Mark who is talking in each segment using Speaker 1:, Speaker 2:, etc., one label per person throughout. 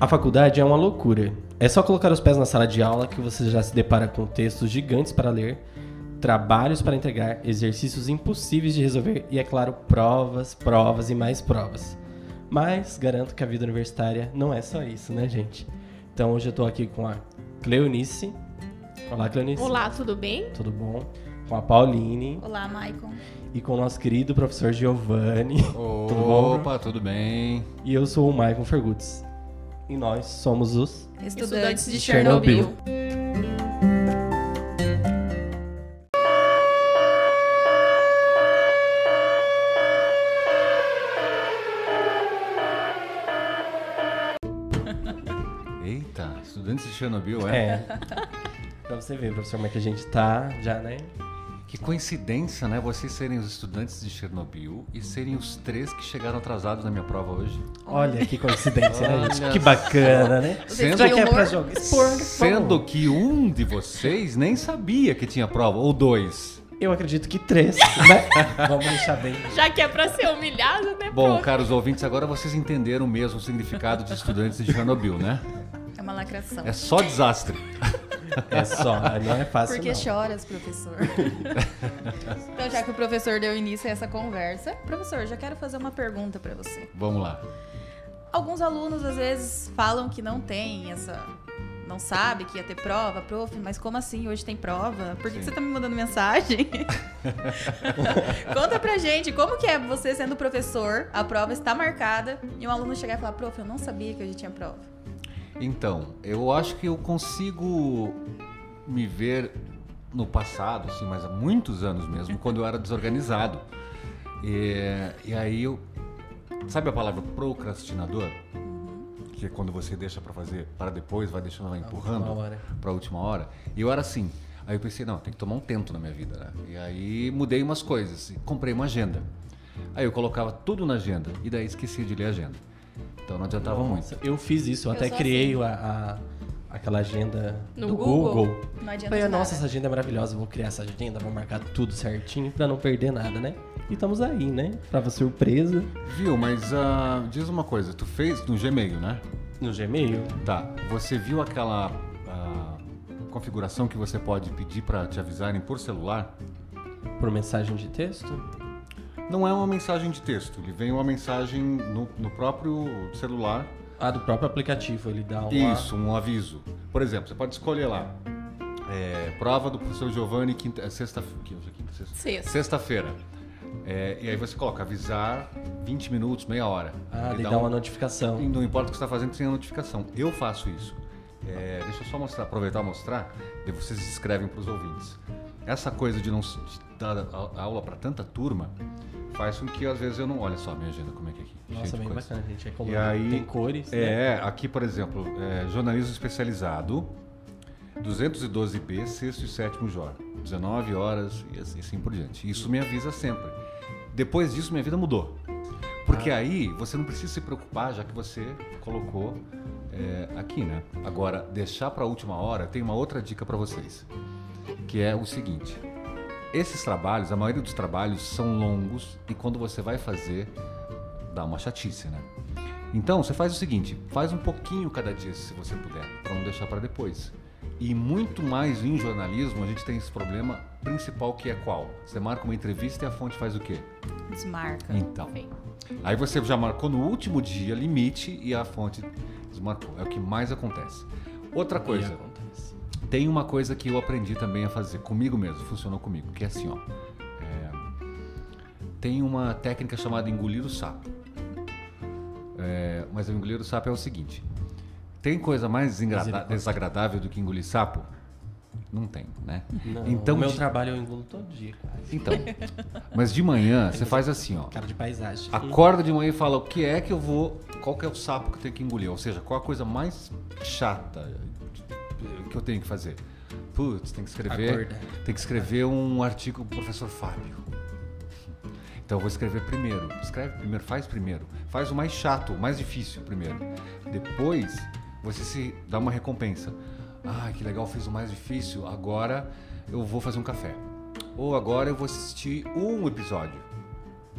Speaker 1: A faculdade é uma loucura. É só colocar os pés na sala de aula que você já se depara com textos gigantes para ler, trabalhos para entregar, exercícios impossíveis de resolver e, é claro, provas, provas e mais provas. Mas garanto que a vida universitária não é só isso, né, gente? Então hoje eu tô aqui com a Cleonice. Olá, Cleonice.
Speaker 2: Olá, tudo bem?
Speaker 1: Tudo bom? Com a Pauline
Speaker 3: Olá, Maicon.
Speaker 1: e com o nosso querido professor Giovanni. bom,
Speaker 4: Opa, tudo bem?
Speaker 1: E eu sou o Maicon Fergutz. E nós somos os.
Speaker 2: Estudantes de
Speaker 1: Chernobyl.
Speaker 2: Chernobyl.
Speaker 4: Eita, estudantes de Chernobyl, é?
Speaker 1: É. pra você ver, professor, como é que a gente tá já, né?
Speaker 4: Que coincidência, né? Vocês serem os estudantes de Chernobyl e serem os três que chegaram atrasados na minha prova hoje.
Speaker 1: Olha que coincidência, né, gente?
Speaker 4: Olha
Speaker 1: Que bacana, né?
Speaker 4: Sendo
Speaker 1: Já que é
Speaker 3: humor.
Speaker 1: pra jogar. Expor, né?
Speaker 4: Sendo que um de vocês nem sabia que tinha prova, ou dois.
Speaker 1: Eu acredito que três, né? Vamos deixar bem.
Speaker 2: Já que é pra ser humilhado, né?
Speaker 4: Bom,
Speaker 2: pronto.
Speaker 4: caros ouvintes, agora vocês entenderam mesmo o significado de estudantes de Chernobyl, né?
Speaker 3: É uma lacração.
Speaker 4: É só desastre.
Speaker 1: É só, não é fácil.
Speaker 3: Por que
Speaker 1: não.
Speaker 3: choras, professor? então, já que o professor deu início a essa conversa, professor, já quero fazer uma pergunta pra você.
Speaker 4: Vamos lá.
Speaker 3: Alguns alunos às vezes falam que não tem essa. Não sabe que ia ter prova, prof, mas como assim? Hoje tem prova? Por que, que
Speaker 4: Sim.
Speaker 3: você tá me mandando mensagem? Conta pra gente, como que é você sendo professor, a prova está marcada e um aluno chegar e falar, prof, eu não sabia que hoje tinha prova.
Speaker 4: Então, eu acho que eu consigo me ver no passado, assim, mas há muitos anos mesmo, quando eu era desorganizado. E, e aí eu. Sabe a palavra procrastinador?
Speaker 1: Uhum.
Speaker 4: Que é quando você deixa pra fazer para depois, vai deixando, vai empurrando
Speaker 1: última Ah, hora.
Speaker 4: pra última hora. E eu era assim. Aí eu pensei, não, tem que tomar um tento na minha vida, né? E aí mudei umas coisas, e comprei uma agenda. Aí eu colocava tudo na agenda e daí esqueci de ler a agenda. Então não adiantava muito.
Speaker 1: Nossa, Eu fiz isso, eu
Speaker 3: Eu
Speaker 1: até
Speaker 3: sou assim.
Speaker 1: criei a, a- aquela agenda
Speaker 2: No
Speaker 1: do Google.
Speaker 2: Google.
Speaker 3: Não adianta
Speaker 1: Falei,
Speaker 3: de nada.
Speaker 1: nossa, essa agenda é maravilhosa, vou criar essa agenda, vou marcar tudo certinho pra não perder nada, né? E estamos aí, né? Tava surpresa
Speaker 4: Viu, mas ah, diz uma coisa, tu fez no Gmail, né?
Speaker 1: no Gmail.
Speaker 4: Tá. Você viu aquela ah, configuração que você pode pedir pra te avisarem por celular?
Speaker 1: Por mensagem de texto?
Speaker 4: Não é uma mensagem de texto, ele vem uma mensagem no, no próprio celular.
Speaker 1: Ah, do próprio aplicativo, ele dá uma...
Speaker 4: Isso, um aviso. Por exemplo, você pode escolher lá. é, prova do professor Giovanni, quinta, é sexta, que hoje é quinta, sexta,
Speaker 2: Sexta.
Speaker 4: sexta-feira. É, e aí você coloca avisar 20 minutos, meia hora.
Speaker 1: Ah,
Speaker 4: Ele
Speaker 1: ele dá,
Speaker 4: um-
Speaker 1: uma notificação.
Speaker 4: E Não importa o que você está fazendo, tem a notificação. Eu faço isso. É, deixa eu só mostrar, aproveitar e mostrar, e vocês escrevem para os ouvintes. Essa coisa de não se- de dar a- aula para tanta turma faz com que às vezes eu não. Olha só a minha agenda, como é que é aqui. cheio
Speaker 1: Nossa,
Speaker 4: de
Speaker 1: bem
Speaker 4: coisa.
Speaker 1: bacana, gente. É
Speaker 4: E
Speaker 1: colorido,
Speaker 4: aí,
Speaker 1: tem cores, né?
Speaker 4: É, aqui, por exemplo, é, jornalismo especializado, 212B, sexto e sétimo Jor, 19 horas e assim, assim por diante. Isso me avisa sempre. Depois disso, minha vida mudou. Porque aí você não precisa se preocupar, já que você colocou é, aqui, né? Agora, deixar para a última hora, tem uma outra dica para vocês, que é o seguinte. Esses trabalhos, a maioria dos trabalhos são longos e quando você vai fazer, dá uma chatice, né? Então, você faz o seguinte, faz um pouquinho cada dia, se você puder, para não deixar para depois. E muito mais em jornalismo, a gente tem esse problema principal que é qual? Você marca uma entrevista e a fonte faz o quê?
Speaker 3: Desmarca.
Speaker 4: Então.
Speaker 2: Bem.
Speaker 4: Aí você já marcou no último dia limite e a fonte desmarcou. É o que mais acontece. Outra
Speaker 1: E
Speaker 4: coisa,
Speaker 1: acontece.
Speaker 4: tem uma coisa que eu aprendi também a fazer comigo mesmo, funcionou comigo, que é assim, ó. É, tem uma técnica chamada engolir o sapo. É, mas o engolir o sapo é o seguinte: tem coisa mais desengrada-
Speaker 1: Misericórdia.
Speaker 4: desagradável do que engolir sapo? Não tem, né?
Speaker 1: Não,
Speaker 4: Então,
Speaker 1: o meu
Speaker 4: de-
Speaker 1: trabalho eu engulo todo dia, quase.
Speaker 4: Então. Mas de manhã você faz assim, ó.
Speaker 1: Cara de paisagem. Um,
Speaker 4: Acorda de manhã e fala o que é que eu vou. Qual que é o sapo que eu tenho que engolir? Ou seja, qual a coisa mais chata que eu tenho que fazer? Putz, tem que escrever.
Speaker 1: Acorda.
Speaker 4: Tem que escrever um artigo pro professor Fábio. Então eu vou escrever primeiro. Escreve primeiro, faz primeiro. Faz o mais chato, o mais difícil primeiro. Depois você se dá uma recompensa. Ah, que legal, fiz o mais difícil. Agora eu vou fazer um café. Ou agora eu vou assistir um episódio.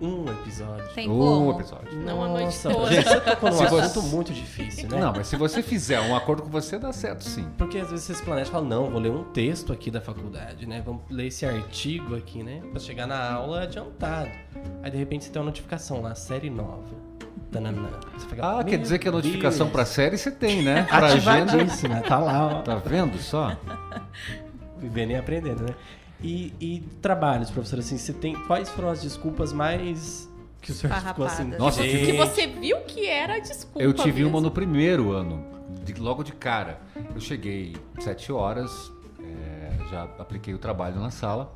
Speaker 1: um episódio.
Speaker 3: Tem
Speaker 4: um
Speaker 3: como?
Speaker 4: episódio.
Speaker 2: Não a noite
Speaker 1: Nossa,
Speaker 2: toda.
Speaker 1: Gente, você tocou num
Speaker 4: Se você-
Speaker 1: assunto muito difícil, né?
Speaker 4: Não, mas se você fizer um acordo com você, dá certo sim.
Speaker 1: Porque às vezes vocês planejam e falam, não, vou ler um texto aqui da faculdade, né? Vamos ler esse artigo aqui, né? Pra chegar na aula adiantado. Aí de repente você tem uma notificação lá, série nova. Tananã. Você fica,
Speaker 4: Ah,
Speaker 1: "Meu
Speaker 4: quer dizer que a notificação
Speaker 1: Deus."
Speaker 4: pra série você tem, né? Pra agenda.
Speaker 1: Ativadíssima, tá lá, ó.
Speaker 4: Tá vendo só?
Speaker 1: Vivendo e aprendendo, né? E, e trabalhos, professor, assim, você tem. Quais foram as desculpas mais que o senhor ficou
Speaker 3: Farrapadas.
Speaker 1: assim?
Speaker 4: Nossa, eu tive-
Speaker 2: Que
Speaker 1: "Gente,
Speaker 2: você viu que era desculpa.
Speaker 4: Eu tive
Speaker 2: mesmo.
Speaker 4: uma no primeiro ano, de- logo de cara. Eu cheguei sete horas, é, já apliquei o trabalho na sala.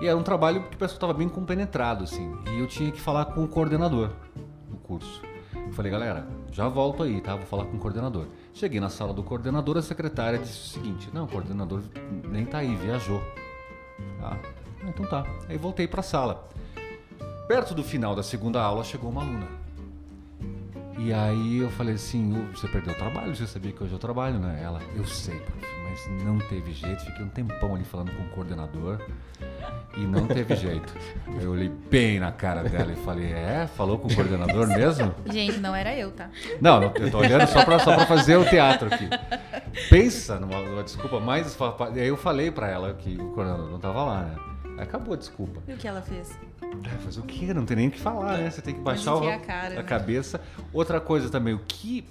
Speaker 4: E era um trabalho que o pessoal estava bem compenetrado, assim. E eu tinha que falar com o coordenador do curso. Eu falei, galera, já volto aí, tá? Vou falar com o coordenador. Cheguei na sala do coordenador, a secretária disse o seguinte: Não, o coordenador nem tá aí, viajou. Ah, então tá. Aí voltei pra sala. Perto do final da segunda aula chegou uma aluna. E aí eu falei assim, "Ô, você perdeu o trabalho, você sabia que hoje eu trabalho, né? Ela, eu sei, prof, mas não teve jeito, fiquei um tempão ali falando com o coordenador e não teve jeito. Eu olhei bem na cara dela e falei, é? Falou com o coordenador mesmo?
Speaker 3: Gente, não era eu, tá?
Speaker 4: Não, não, eu tô olhando só pra, só pra fazer o teatro aqui. Pensa numa, numa desculpa mais esfarrapada. E Aí eu falei pra ela que o coordenador não tava lá, né? Aí Acabou a desculpa.
Speaker 3: E o que ela fez?
Speaker 4: Ah, Fazer o quê? Não tem nem o que falar, né? Você tem que baixar o-
Speaker 3: enfiar a cara, né?
Speaker 4: cabeça. Outra coisa também, o que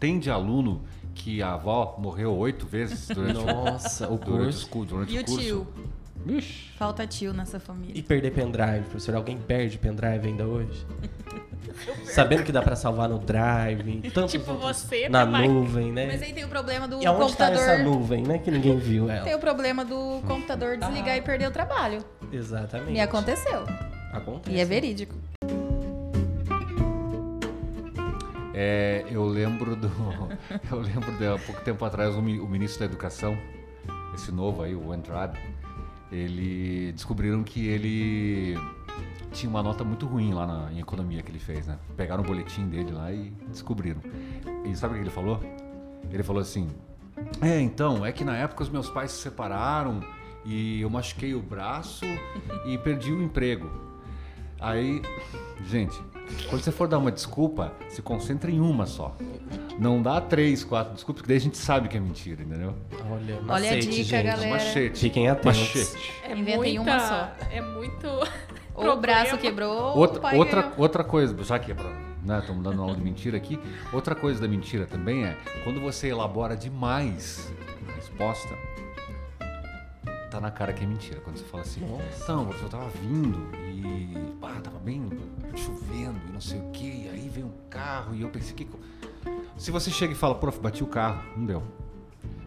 Speaker 4: tem de aluno que a avó morreu oito vezes durante, o,
Speaker 1: Nossa, o
Speaker 4: durante,
Speaker 1: curso.
Speaker 4: os cu- durante
Speaker 3: E
Speaker 4: o
Speaker 3: o
Speaker 4: curso?
Speaker 3: tio?
Speaker 4: Vixe.
Speaker 3: Falta tio nessa
Speaker 1: E
Speaker 3: família.
Speaker 1: perder pendrive, professor? Alguém perde pendrive ainda hoje? Sabendo que dá pra salvar no drive, tantos
Speaker 2: Tipo
Speaker 1: outros-
Speaker 2: você,
Speaker 1: na
Speaker 2: papai.
Speaker 1: nuvem, né?
Speaker 3: Mas aí tem o problema do
Speaker 1: E aonde tá
Speaker 3: computador.
Speaker 1: essa Hum. nuvem, né? Que ninguém viu ela.
Speaker 3: Tem o problema do computador
Speaker 1: Tá
Speaker 3: desligar e perder o trabalho.
Speaker 1: Exatamente.
Speaker 3: Me aconteceu.
Speaker 1: Acontece.
Speaker 3: E é verídico.
Speaker 4: É, eu lembro do. Eu lembro de há pouco tempo atrás o, mi- o ministro da Educação, esse novo aí, o Andrade, ele. descobriram que ele tinha uma nota muito ruim lá na- em economia que ele fez, né? Pegaram o boletim dele lá e descobriram. E sabe o que ele falou? Ele falou assim: É, então, é que na época os meus pais se separaram e eu machuquei o braço e perdi o emprego. Aí, gente, quando você for dar uma desculpa, se concentra em uma só. Não dá três, quatro desculpas, porque daí a gente sabe que é mentira, entendeu?
Speaker 1: Olha,
Speaker 3: Olha a
Speaker 1: macete,
Speaker 3: dica,
Speaker 1: gente.
Speaker 4: É um
Speaker 3: galera.
Speaker 4: machete.
Speaker 1: Fiquem atentos.
Speaker 4: Machete.
Speaker 2: É
Speaker 3: Inventem uma
Speaker 2: muita- É muito.
Speaker 3: Ou o braço
Speaker 2: problema.
Speaker 3: quebrou, ou o
Speaker 4: Outra,
Speaker 3: pai
Speaker 4: outra,
Speaker 3: ganhou.
Speaker 4: outra coisa, já que é pra. Né, estamos dando aula de mentira aqui. Outra coisa da mentira também é quando você elabora demais a resposta, tá na cara que é mentira. Quando você fala assim,
Speaker 1: Nossa.
Speaker 4: então, professor, eu tava vindo e ah, tava bem chovendo e não sei o que, e aí veio um carro e eu pensei que. co-" Se você chega e fala, prof, bati o carro, não deu.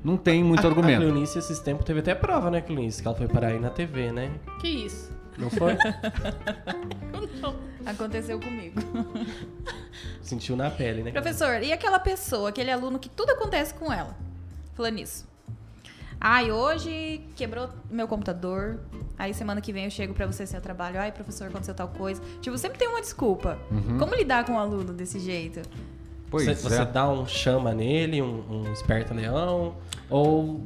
Speaker 4: Não tem muito
Speaker 1: a, A
Speaker 4: argumento.
Speaker 1: Cleonice, esses tempos, teve até prova, né, Cleonice? Que ela foi parar aí na TV, né?
Speaker 2: Que isso?
Speaker 1: Não foi?
Speaker 2: Não.
Speaker 3: Aconteceu comigo.
Speaker 1: Sentiu na pele, né?
Speaker 3: Professor, e aquela pessoa, aquele aluno que tudo acontece com ela? Falando isso. Ai, hoje quebrou meu computador. Aí semana que vem eu chego pra você sem o trabalho. Ai, professor, aconteceu tal coisa. Tipo, sempre tem uma desculpa. Como lidar com um aluno desse jeito?
Speaker 4: Pois
Speaker 1: você,
Speaker 4: é.
Speaker 1: ah, você dá um chama nele, um, um esperto leão, ou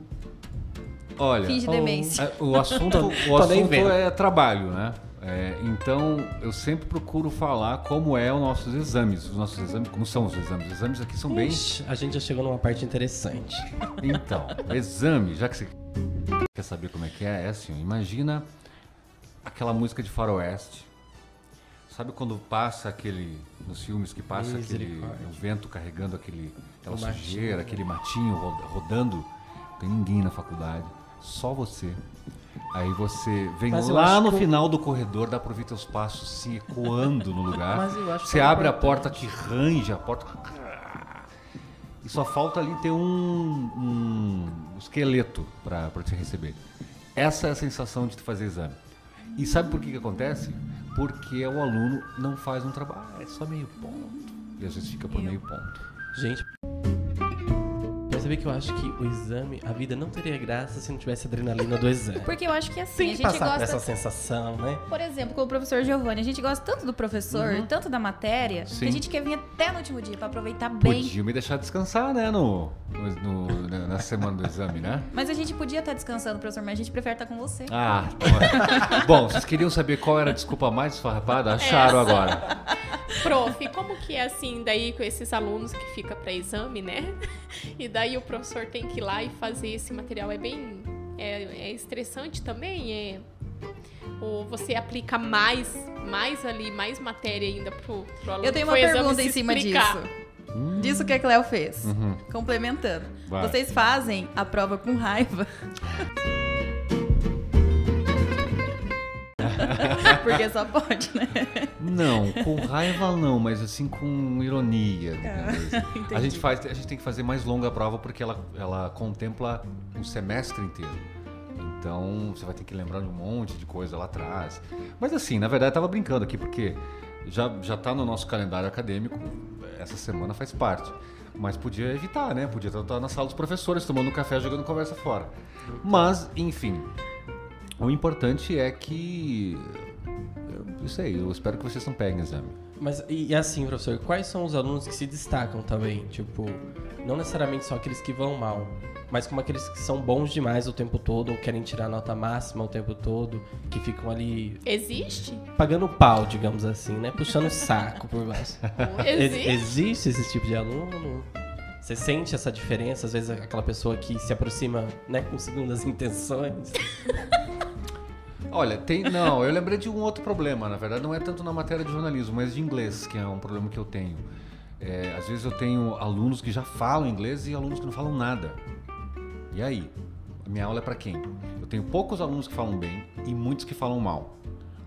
Speaker 4: Olha,
Speaker 3: Finge
Speaker 1: oh.
Speaker 3: demência.
Speaker 4: É, O assunto,
Speaker 1: Tô-
Speaker 4: o
Speaker 1: tô Tá nem
Speaker 4: assunto
Speaker 1: vendo.
Speaker 4: é trabalho, né? É, então, eu sempre procuro falar como é os nossos exames. Os nossos exames, como são os exames? Os exames aqui são bem...
Speaker 1: Ixi, a gente já chegou numa parte interessante.
Speaker 4: Então, exame, já que você quer saber como é que é, é assim, ó, imagina aquela música de faroeste. Sabe quando passa aquele, nos filmes que passa aquele
Speaker 1: Misericórdia.
Speaker 4: o vento carregando aquele, aquela
Speaker 1: O matinho.
Speaker 4: sujeira, aquele matinho ro- rodando? Não tem ninguém na faculdade, só você. Aí você vem
Speaker 1: Mas eu
Speaker 4: lá
Speaker 1: acho
Speaker 4: no
Speaker 1: que eu-
Speaker 4: final do corredor, dá pra ouvir teus passos se ecoando no lugar.
Speaker 1: Mas eu acho que
Speaker 4: você
Speaker 1: é
Speaker 4: abre a porta, te range a porta. E só falta ali ter um, um esqueleto para te receber. Essa é a sensação de tu fazer exame. E sabe por que, que acontece? Porque o aluno não faz um trabalho, é só meio ponto. E às vezes fica por meio ponto.
Speaker 1: Gente, mas Sabia que eu acho que o exame, a vida não teria graça se não tivesse a adrenalina do exame.
Speaker 3: Porque eu acho que assim,
Speaker 1: Tem
Speaker 3: a
Speaker 1: que
Speaker 3: gente
Speaker 1: passar
Speaker 3: gosta.
Speaker 1: por essa sensação, né?
Speaker 3: Por exemplo, com o professor Giovanni, a gente gosta tanto do professor, tanto da matéria, que
Speaker 4: Sim.
Speaker 3: a gente quer vir até no último dia pra aproveitar bem.
Speaker 4: Podia me deixar descansar, né? No, no- no- na na semana do exame, né?
Speaker 3: Mas a gente podia estar descansando, professor, mas a gente prefere estar com você.
Speaker 4: Ah, então- bom, vocês queriam saber qual era a desculpa mais esfarrapada? Acharam agora.
Speaker 2: Prof, como que é assim daí com esses alunos que fica pra exame, né? E daí o professor tem que ir lá e fazer esse material. É bem. É, é estressante também? É, ou você aplica mais, mais ali, mais matéria ainda pro, pro aluno?
Speaker 3: Eu tenho
Speaker 2: que
Speaker 3: uma
Speaker 2: foi exame
Speaker 3: pergunta
Speaker 2: se
Speaker 3: em cima
Speaker 2: explicar?
Speaker 3: disso. Disso que a Cléo fez.
Speaker 4: Hum. Uhum.
Speaker 3: Complementando.
Speaker 4: Vai.
Speaker 3: Vocês fazem a prova com raiva. Porque só pode, né?
Speaker 4: Não, com raiva não, mas assim com ironia. digamos. a, gente faz, a gente tem que fazer mais longa a prova porque ela, ela contempla um semestre inteiro. Então você vai ter que lembrar de um monte de coisa lá atrás. Mas assim, na verdade eu tava brincando aqui porque já, já tá no nosso calendário acadêmico, essa semana faz parte. Mas podia evitar, né? Podia estar na sala dos professores, tomando um café, jogando conversa fora. Mas, enfim, o importante é que. eu Não sei, eu espero que vocês não peguem exame.
Speaker 1: Mas e, e assim, professor, quais são os alunos que se destacam também? Tipo, não necessariamente só aqueles que vão mal, mas como aqueles que são bons demais o tempo todo, ou querem tirar nota máxima o tempo todo, que ficam ali
Speaker 2: Existe?
Speaker 1: pagando pau, digamos assim, né? Puxando o saco por baixo. Ex-
Speaker 2: Existe.
Speaker 1: Existe esse tipo de aluno? Você sente essa diferença? Às vezes aquela pessoa que se aproxima, né, com segundas intenções.
Speaker 4: Olha, tem. Não, eu lembrei de um outro problema. Na verdade, não é tanto na matéria de jornalismo, mas de inglês, que é um problema que eu tenho. É, às vezes eu tenho alunos que já falam inglês e alunos que não falam nada. E aí? A minha aula é pra quem? Eu tenho poucos alunos que falam bem e muitos que falam mal.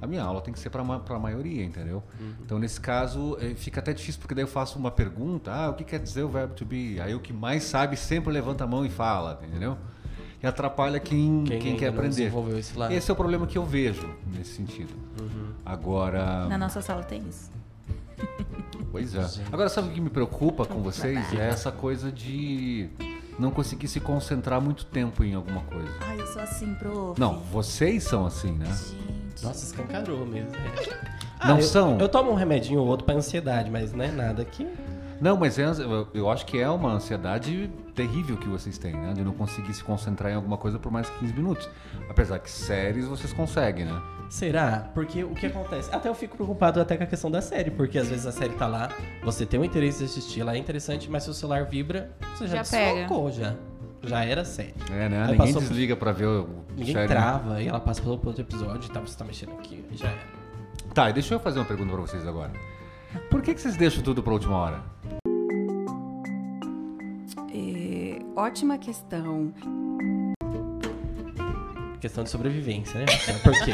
Speaker 4: A minha aula tem que ser pra ma pra maioria, entendeu?
Speaker 1: Uhum.
Speaker 4: Então, nesse caso, eh, fica até difícil, porque daí eu faço uma pergunta: ah, o que quer dizer o verbo to be? Aí o que mais sabe sempre levanta a mão e fala, entendeu? E atrapalha quem, quem,
Speaker 1: ainda
Speaker 4: quer
Speaker 1: não
Speaker 4: aprender.
Speaker 1: desenvolveu esse lado.
Speaker 4: Esse é o problema que eu vejo nesse sentido.
Speaker 1: Uhum.
Speaker 4: Agora,
Speaker 3: Na nossa sala tem isso.
Speaker 4: pois é. Agora sabe o que me preocupa com vocês? É essa coisa de não conseguir se concentrar muito tempo em alguma coisa.
Speaker 3: Ai, eu sou assim, prof.
Speaker 4: Não, vocês são assim, né?
Speaker 3: Gente.
Speaker 1: Nossa, escancarou mesmo. né?
Speaker 4: não
Speaker 1: eu,
Speaker 4: são.
Speaker 1: Eu tomo um remedinho ou outro pra ansiedade, mas não é nada que
Speaker 4: Não, mas é, eu- eu acho que é uma ansiedade terrível que vocês têm, né? De não conseguir se concentrar em alguma coisa por mais que 15 minutos. Apesar que séries vocês conseguem, né?
Speaker 1: Será? Porque o que acontece? Até eu fico preocupado até com a questão da série, porque às vezes a série tá lá, você tem o interesse de assistir, ela é interessante, mas seu celular vibra, você já,
Speaker 3: Já pega.
Speaker 1: deslocou já. Já era série.
Speaker 4: É, né?
Speaker 1: Aí
Speaker 4: Ninguém
Speaker 1: passou-
Speaker 4: desliga pra ver o
Speaker 1: Ninguém
Speaker 4: série. né?
Speaker 1: trava e ela passa pelo outro episódio e tá, você tá mexendo aqui, e já era.
Speaker 4: Tá, e deixa eu fazer uma pergunta pra vocês agora. Por que, que vocês deixam tudo pra última hora?
Speaker 5: É, ótima questão.
Speaker 1: Questão de sobrevivência, né? Porque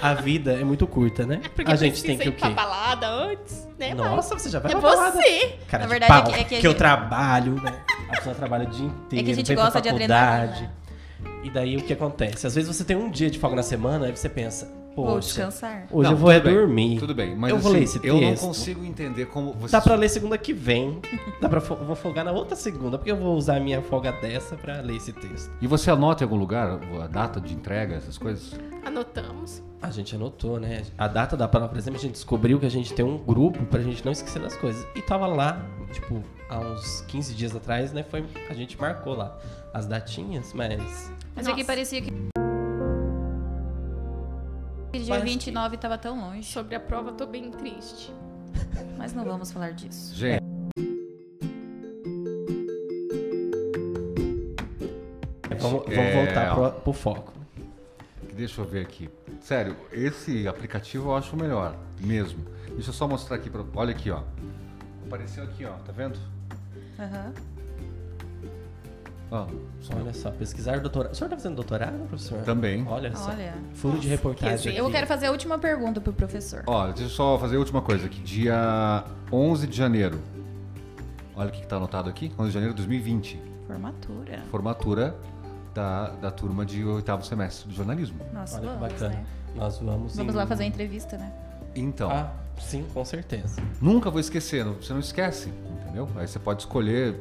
Speaker 1: a vida é muito curta, né?
Speaker 2: Porque
Speaker 1: a gente
Speaker 2: precisa
Speaker 1: tem que
Speaker 2: ir
Speaker 1: o
Speaker 2: pra
Speaker 1: quê?
Speaker 2: balada antes, né?
Speaker 1: Nossa, você já vai
Speaker 2: é
Speaker 1: pra balada.
Speaker 2: você.
Speaker 1: Cara,
Speaker 3: Na
Speaker 1: de
Speaker 3: verdade, é
Speaker 1: pau,
Speaker 3: que- é que a
Speaker 1: eu
Speaker 3: gente- É
Speaker 1: trabalho, né? A pessoa trabalha o dia inteiro,
Speaker 3: gente
Speaker 1: vem pra
Speaker 3: gosta de
Speaker 1: faculdade.
Speaker 3: adrenalina. né?
Speaker 1: E daí o que acontece? Às vezes você tem um dia de folga na semana, aí você pensa,
Speaker 3: Vou
Speaker 1: poxa,
Speaker 3: descansar.
Speaker 1: hoje eu
Speaker 4: Não,
Speaker 1: vou é
Speaker 4: tudo bem,
Speaker 1: dormir.
Speaker 4: Tudo bem, mas
Speaker 1: eu vou
Speaker 4: assim,
Speaker 1: ler esse
Speaker 4: eu não
Speaker 1: texto.
Speaker 4: consigo entender como vocês...
Speaker 1: Dá pra ler segunda que vem. Dá pra fo- vou folgar na outra segunda, porque eu vou usar a minha folga dessa pra ler esse texto.
Speaker 4: E você anota em algum lugar a data de entrega, essas coisas?
Speaker 2: Anotamos.
Speaker 1: A gente anotou, né? A data da prova, por exemplo, a gente descobriu que a gente tem um grupo pra gente não esquecer das coisas. E tava lá, tipo, há uns 15 dias atrás, né? Foi, a gente marcou lá as datinhas, mas.
Speaker 3: Mas aqui
Speaker 2: Nossa.
Speaker 3: parecia que. Dia
Speaker 1: Parece
Speaker 3: 29 tava tão longe,
Speaker 2: Sobre a prova, tô bem triste.
Speaker 3: mas não vamos falar disso.
Speaker 4: Gente,
Speaker 1: Vamos, vamos
Speaker 4: É.
Speaker 1: voltar pro, pro foco.
Speaker 4: deixa eu ver aqui. Sério, esse aplicativo eu acho o melhor, mesmo. Deixa eu só mostrar aqui pra... Olha aqui, ó. Apareceu aqui, ó. Tá vendo?
Speaker 3: Aham.
Speaker 4: Ó,
Speaker 1: Olha só, pesquisar doutorado. O senhor tá fazendo doutorado, professor?
Speaker 4: também.
Speaker 1: Olha É só.
Speaker 3: Olha. assim,
Speaker 1: Furo de reportagem.
Speaker 2: Que
Speaker 3: Eu
Speaker 1: aqui.
Speaker 3: quero fazer a última pergunta pro professor.
Speaker 4: Ó, deixa eu só fazer a última coisa aqui. Dia 11 de janeiro. Olha o que, que tá anotado aqui. 11 de janeiro de 2020.
Speaker 3: Formatura.
Speaker 4: Formatura da, da turma de oitavo semestre de jornalismo.
Speaker 3: Nossa,
Speaker 1: Olha que
Speaker 3: vamos,
Speaker 1: bacana.
Speaker 3: né?
Speaker 1: Nós vamos.
Speaker 3: Vamos
Speaker 1: em-
Speaker 3: lá fazer a entrevista, né?
Speaker 4: Então,
Speaker 1: Ah, Sim, com certeza.
Speaker 4: Nunca vou esquecer, não- você não esquece, entendeu? Aí você pode escolher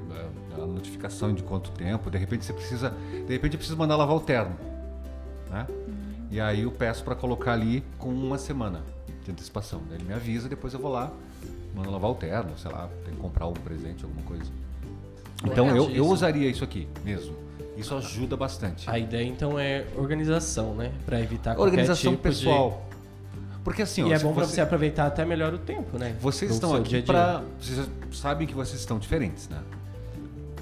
Speaker 4: é, a notificação de quanto tempo, de repente você precisa, de repente eu preciso mandar lavar o terno, né?
Speaker 1: Uhum.
Speaker 4: E aí eu peço para colocar ali com uma semana de antecipação. Ele me avisa, depois eu vou lá, mando lavar o terno, sei lá, tem que comprar um presente, alguma coisa. Então eu, eu
Speaker 1: Isso.
Speaker 4: usaria isso aqui mesmo. Isso ajuda bastante.
Speaker 1: A ideia então é organização, né? Pra evitar qualquer
Speaker 4: Organização
Speaker 1: tipo de-
Speaker 4: pessoal. Porque assim, ó,
Speaker 1: E é
Speaker 4: se
Speaker 1: bom pra
Speaker 4: você-
Speaker 1: você aproveitar até melhor o tempo, né?
Speaker 4: Vocês
Speaker 1: do
Speaker 4: estão
Speaker 1: seu
Speaker 4: aqui
Speaker 1: dia a dia.
Speaker 4: para. Vocês sabem que vocês estão diferentes, né?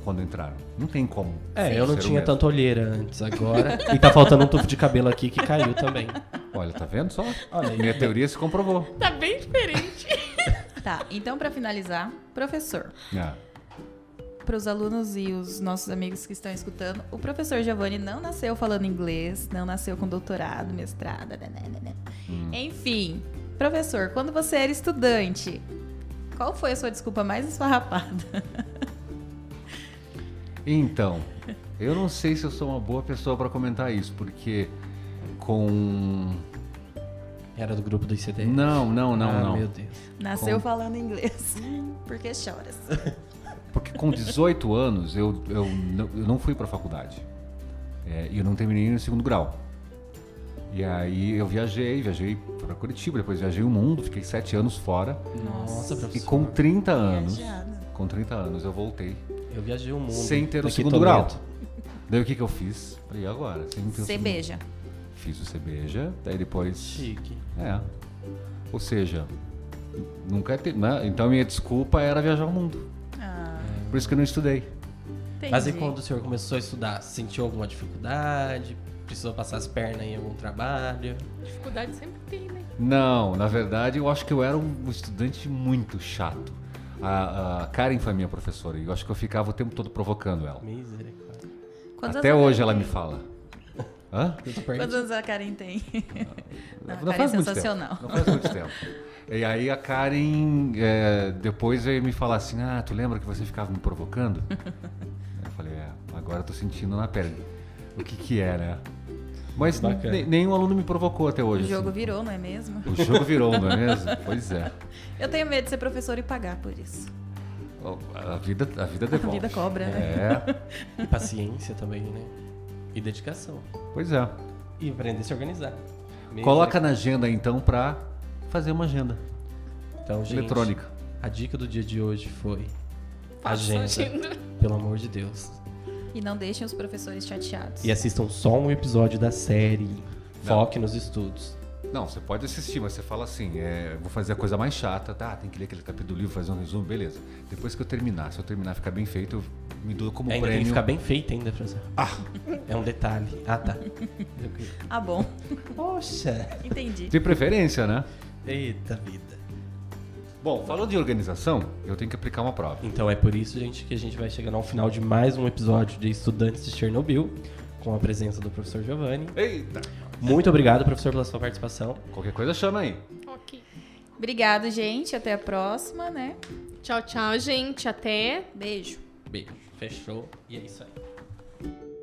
Speaker 4: Quando entraram. Não tem como.
Speaker 1: É,
Speaker 4: ser
Speaker 1: eu não
Speaker 4: o
Speaker 1: tinha
Speaker 4: mesmo.
Speaker 1: tanta olheira antes agora. e tá faltando um tufo de cabelo aqui que caiu também.
Speaker 4: Olha, tá vendo só?
Speaker 1: Olha aí.
Speaker 4: Minha teoria se comprovou.
Speaker 2: Tá bem diferente.
Speaker 3: Tá, então pra finalizar, professor,
Speaker 4: É.
Speaker 3: para os alunos e os nossos amigos que estão escutando, o professor Giovanni não nasceu falando inglês, não nasceu com doutorado, mestrado, né, né, né, né.
Speaker 1: Hum.
Speaker 3: enfim. Professor, quando você era estudante, qual foi a sua desculpa mais esfarrapada?
Speaker 4: Então, eu não sei se eu sou uma boa pessoa para comentar isso, porque com.
Speaker 1: Era do grupo do ICD.
Speaker 4: Não, não, não,
Speaker 1: ah,
Speaker 4: não.
Speaker 1: Meu Deus.
Speaker 3: Nasceu
Speaker 4: Com-
Speaker 3: falando inglês.
Speaker 1: Hum.
Speaker 3: Porque choras.
Speaker 4: Porque com 18 anos eu, eu, não- eu não fui para faculdade. É, E eu não terminei no segundo grau. E aí eu viajei, viajei para Curitiba, depois viajei o mundo, fiquei sete anos fora.
Speaker 1: Nossa,
Speaker 4: E
Speaker 1: professor.
Speaker 4: com 30 anos,
Speaker 3: Viajada.
Speaker 4: com 30 anos eu voltei.
Speaker 1: Eu viajei o mundo.
Speaker 4: Sem ter o
Speaker 1: Naquele
Speaker 4: segundo grau.
Speaker 1: momento.
Speaker 4: Daí o que que eu fiz? Falei, e agora? Sem ter o
Speaker 3: Você
Speaker 4: segundo-
Speaker 3: beija.
Speaker 4: Fiz o CBEJA, daí depois...
Speaker 1: Chique.
Speaker 4: É. Ou seja, nunca teve, né? Então minha desculpa era viajar o mundo.
Speaker 3: Ah.
Speaker 4: Por isso que eu não estudei.
Speaker 3: Entendi.
Speaker 1: Mas e quando o senhor começou a estudar, sentiu alguma dificuldade? Precisou passar as pernas em algum trabalho?
Speaker 2: Dificuldade sempre tem, né?
Speaker 4: Não, na verdade eu acho que eu era um estudante muito chato. A, a Karen foi minha professora e eu acho que eu ficava o tempo todo provocando ela.
Speaker 1: Misericórdia.
Speaker 3: Quantos
Speaker 4: Até
Speaker 3: anos a
Speaker 4: hoje
Speaker 3: Karen
Speaker 4: ela me
Speaker 3: tem?
Speaker 4: fala. Hã?
Speaker 1: Tudo
Speaker 3: Quantos
Speaker 1: perdido.
Speaker 3: anos a Karen tem? Ah,
Speaker 4: Não
Speaker 3: Karen
Speaker 4: faz
Speaker 3: é
Speaker 4: muito
Speaker 3: sensacional.
Speaker 4: Tempo. Não faz muito tempo. E aí a Karen é, depois veio me falar assim, ah, tu lembra que você ficava me provocando? eu falei, é, agora eu tô sentindo na pele. O que que é, né? Mas n-
Speaker 1: Bacana.
Speaker 4: ne- nenhum aluno me provocou até
Speaker 3: O
Speaker 4: hoje.
Speaker 3: jogo
Speaker 4: assim.
Speaker 3: virou, não é mesmo?
Speaker 4: O jogo virou, não é mesmo? Pois é.
Speaker 3: Eu tenho medo de ser professor e pagar por isso.
Speaker 4: A vida, a vida devolve.
Speaker 3: vida cobra, né?
Speaker 4: É,
Speaker 1: E paciência também, né? E dedicação.
Speaker 4: pois é.
Speaker 1: E aprender a se organizar.
Speaker 4: Coloca na agenda então pra fazer uma agenda
Speaker 1: Então, gente,
Speaker 4: eletrônica.
Speaker 1: A dica do dia de hoje foi
Speaker 2: Faça
Speaker 1: agenda, pelo amor de Deus.
Speaker 4: é.
Speaker 3: E não deixem os professores chateados.
Speaker 1: E assistam só um episódio da série. Foque nos estudos.
Speaker 4: Não, você pode assistir, mas você fala assim, é, vou fazer a coisa mais chata, tá? Tem que ler aquele capítulo do livro, fazer um resumo, beleza. Depois que eu terminar, se eu terminar e ficar bem feito, eu me dou como
Speaker 1: É, ainda tem
Speaker 4: prêmio.
Speaker 1: que ficar bem feita ainda, professor. Ah! É um detalhe. Ah, tá.
Speaker 3: Ah, bom.
Speaker 1: Poxa!
Speaker 3: Entendi.
Speaker 4: De preferência, né?
Speaker 1: Eita vida.
Speaker 4: Bom, falando de organização, eu tenho que aplicar uma prova.
Speaker 1: Então é por isso, gente, que a gente vai chegando ao final de mais um episódio de Estudantes de Chernobyl, com a presença do professor Giovanni.
Speaker 4: Eita!
Speaker 1: Muito obrigado, professor, pela sua participação.
Speaker 4: Qualquer coisa chama aí.
Speaker 2: Ok.
Speaker 3: Obrigado, gente. Até a próxima, né?
Speaker 2: Tchau, tchau, gente. Até.
Speaker 3: Beijo.
Speaker 1: Beijo. Fechou. E é isso aí.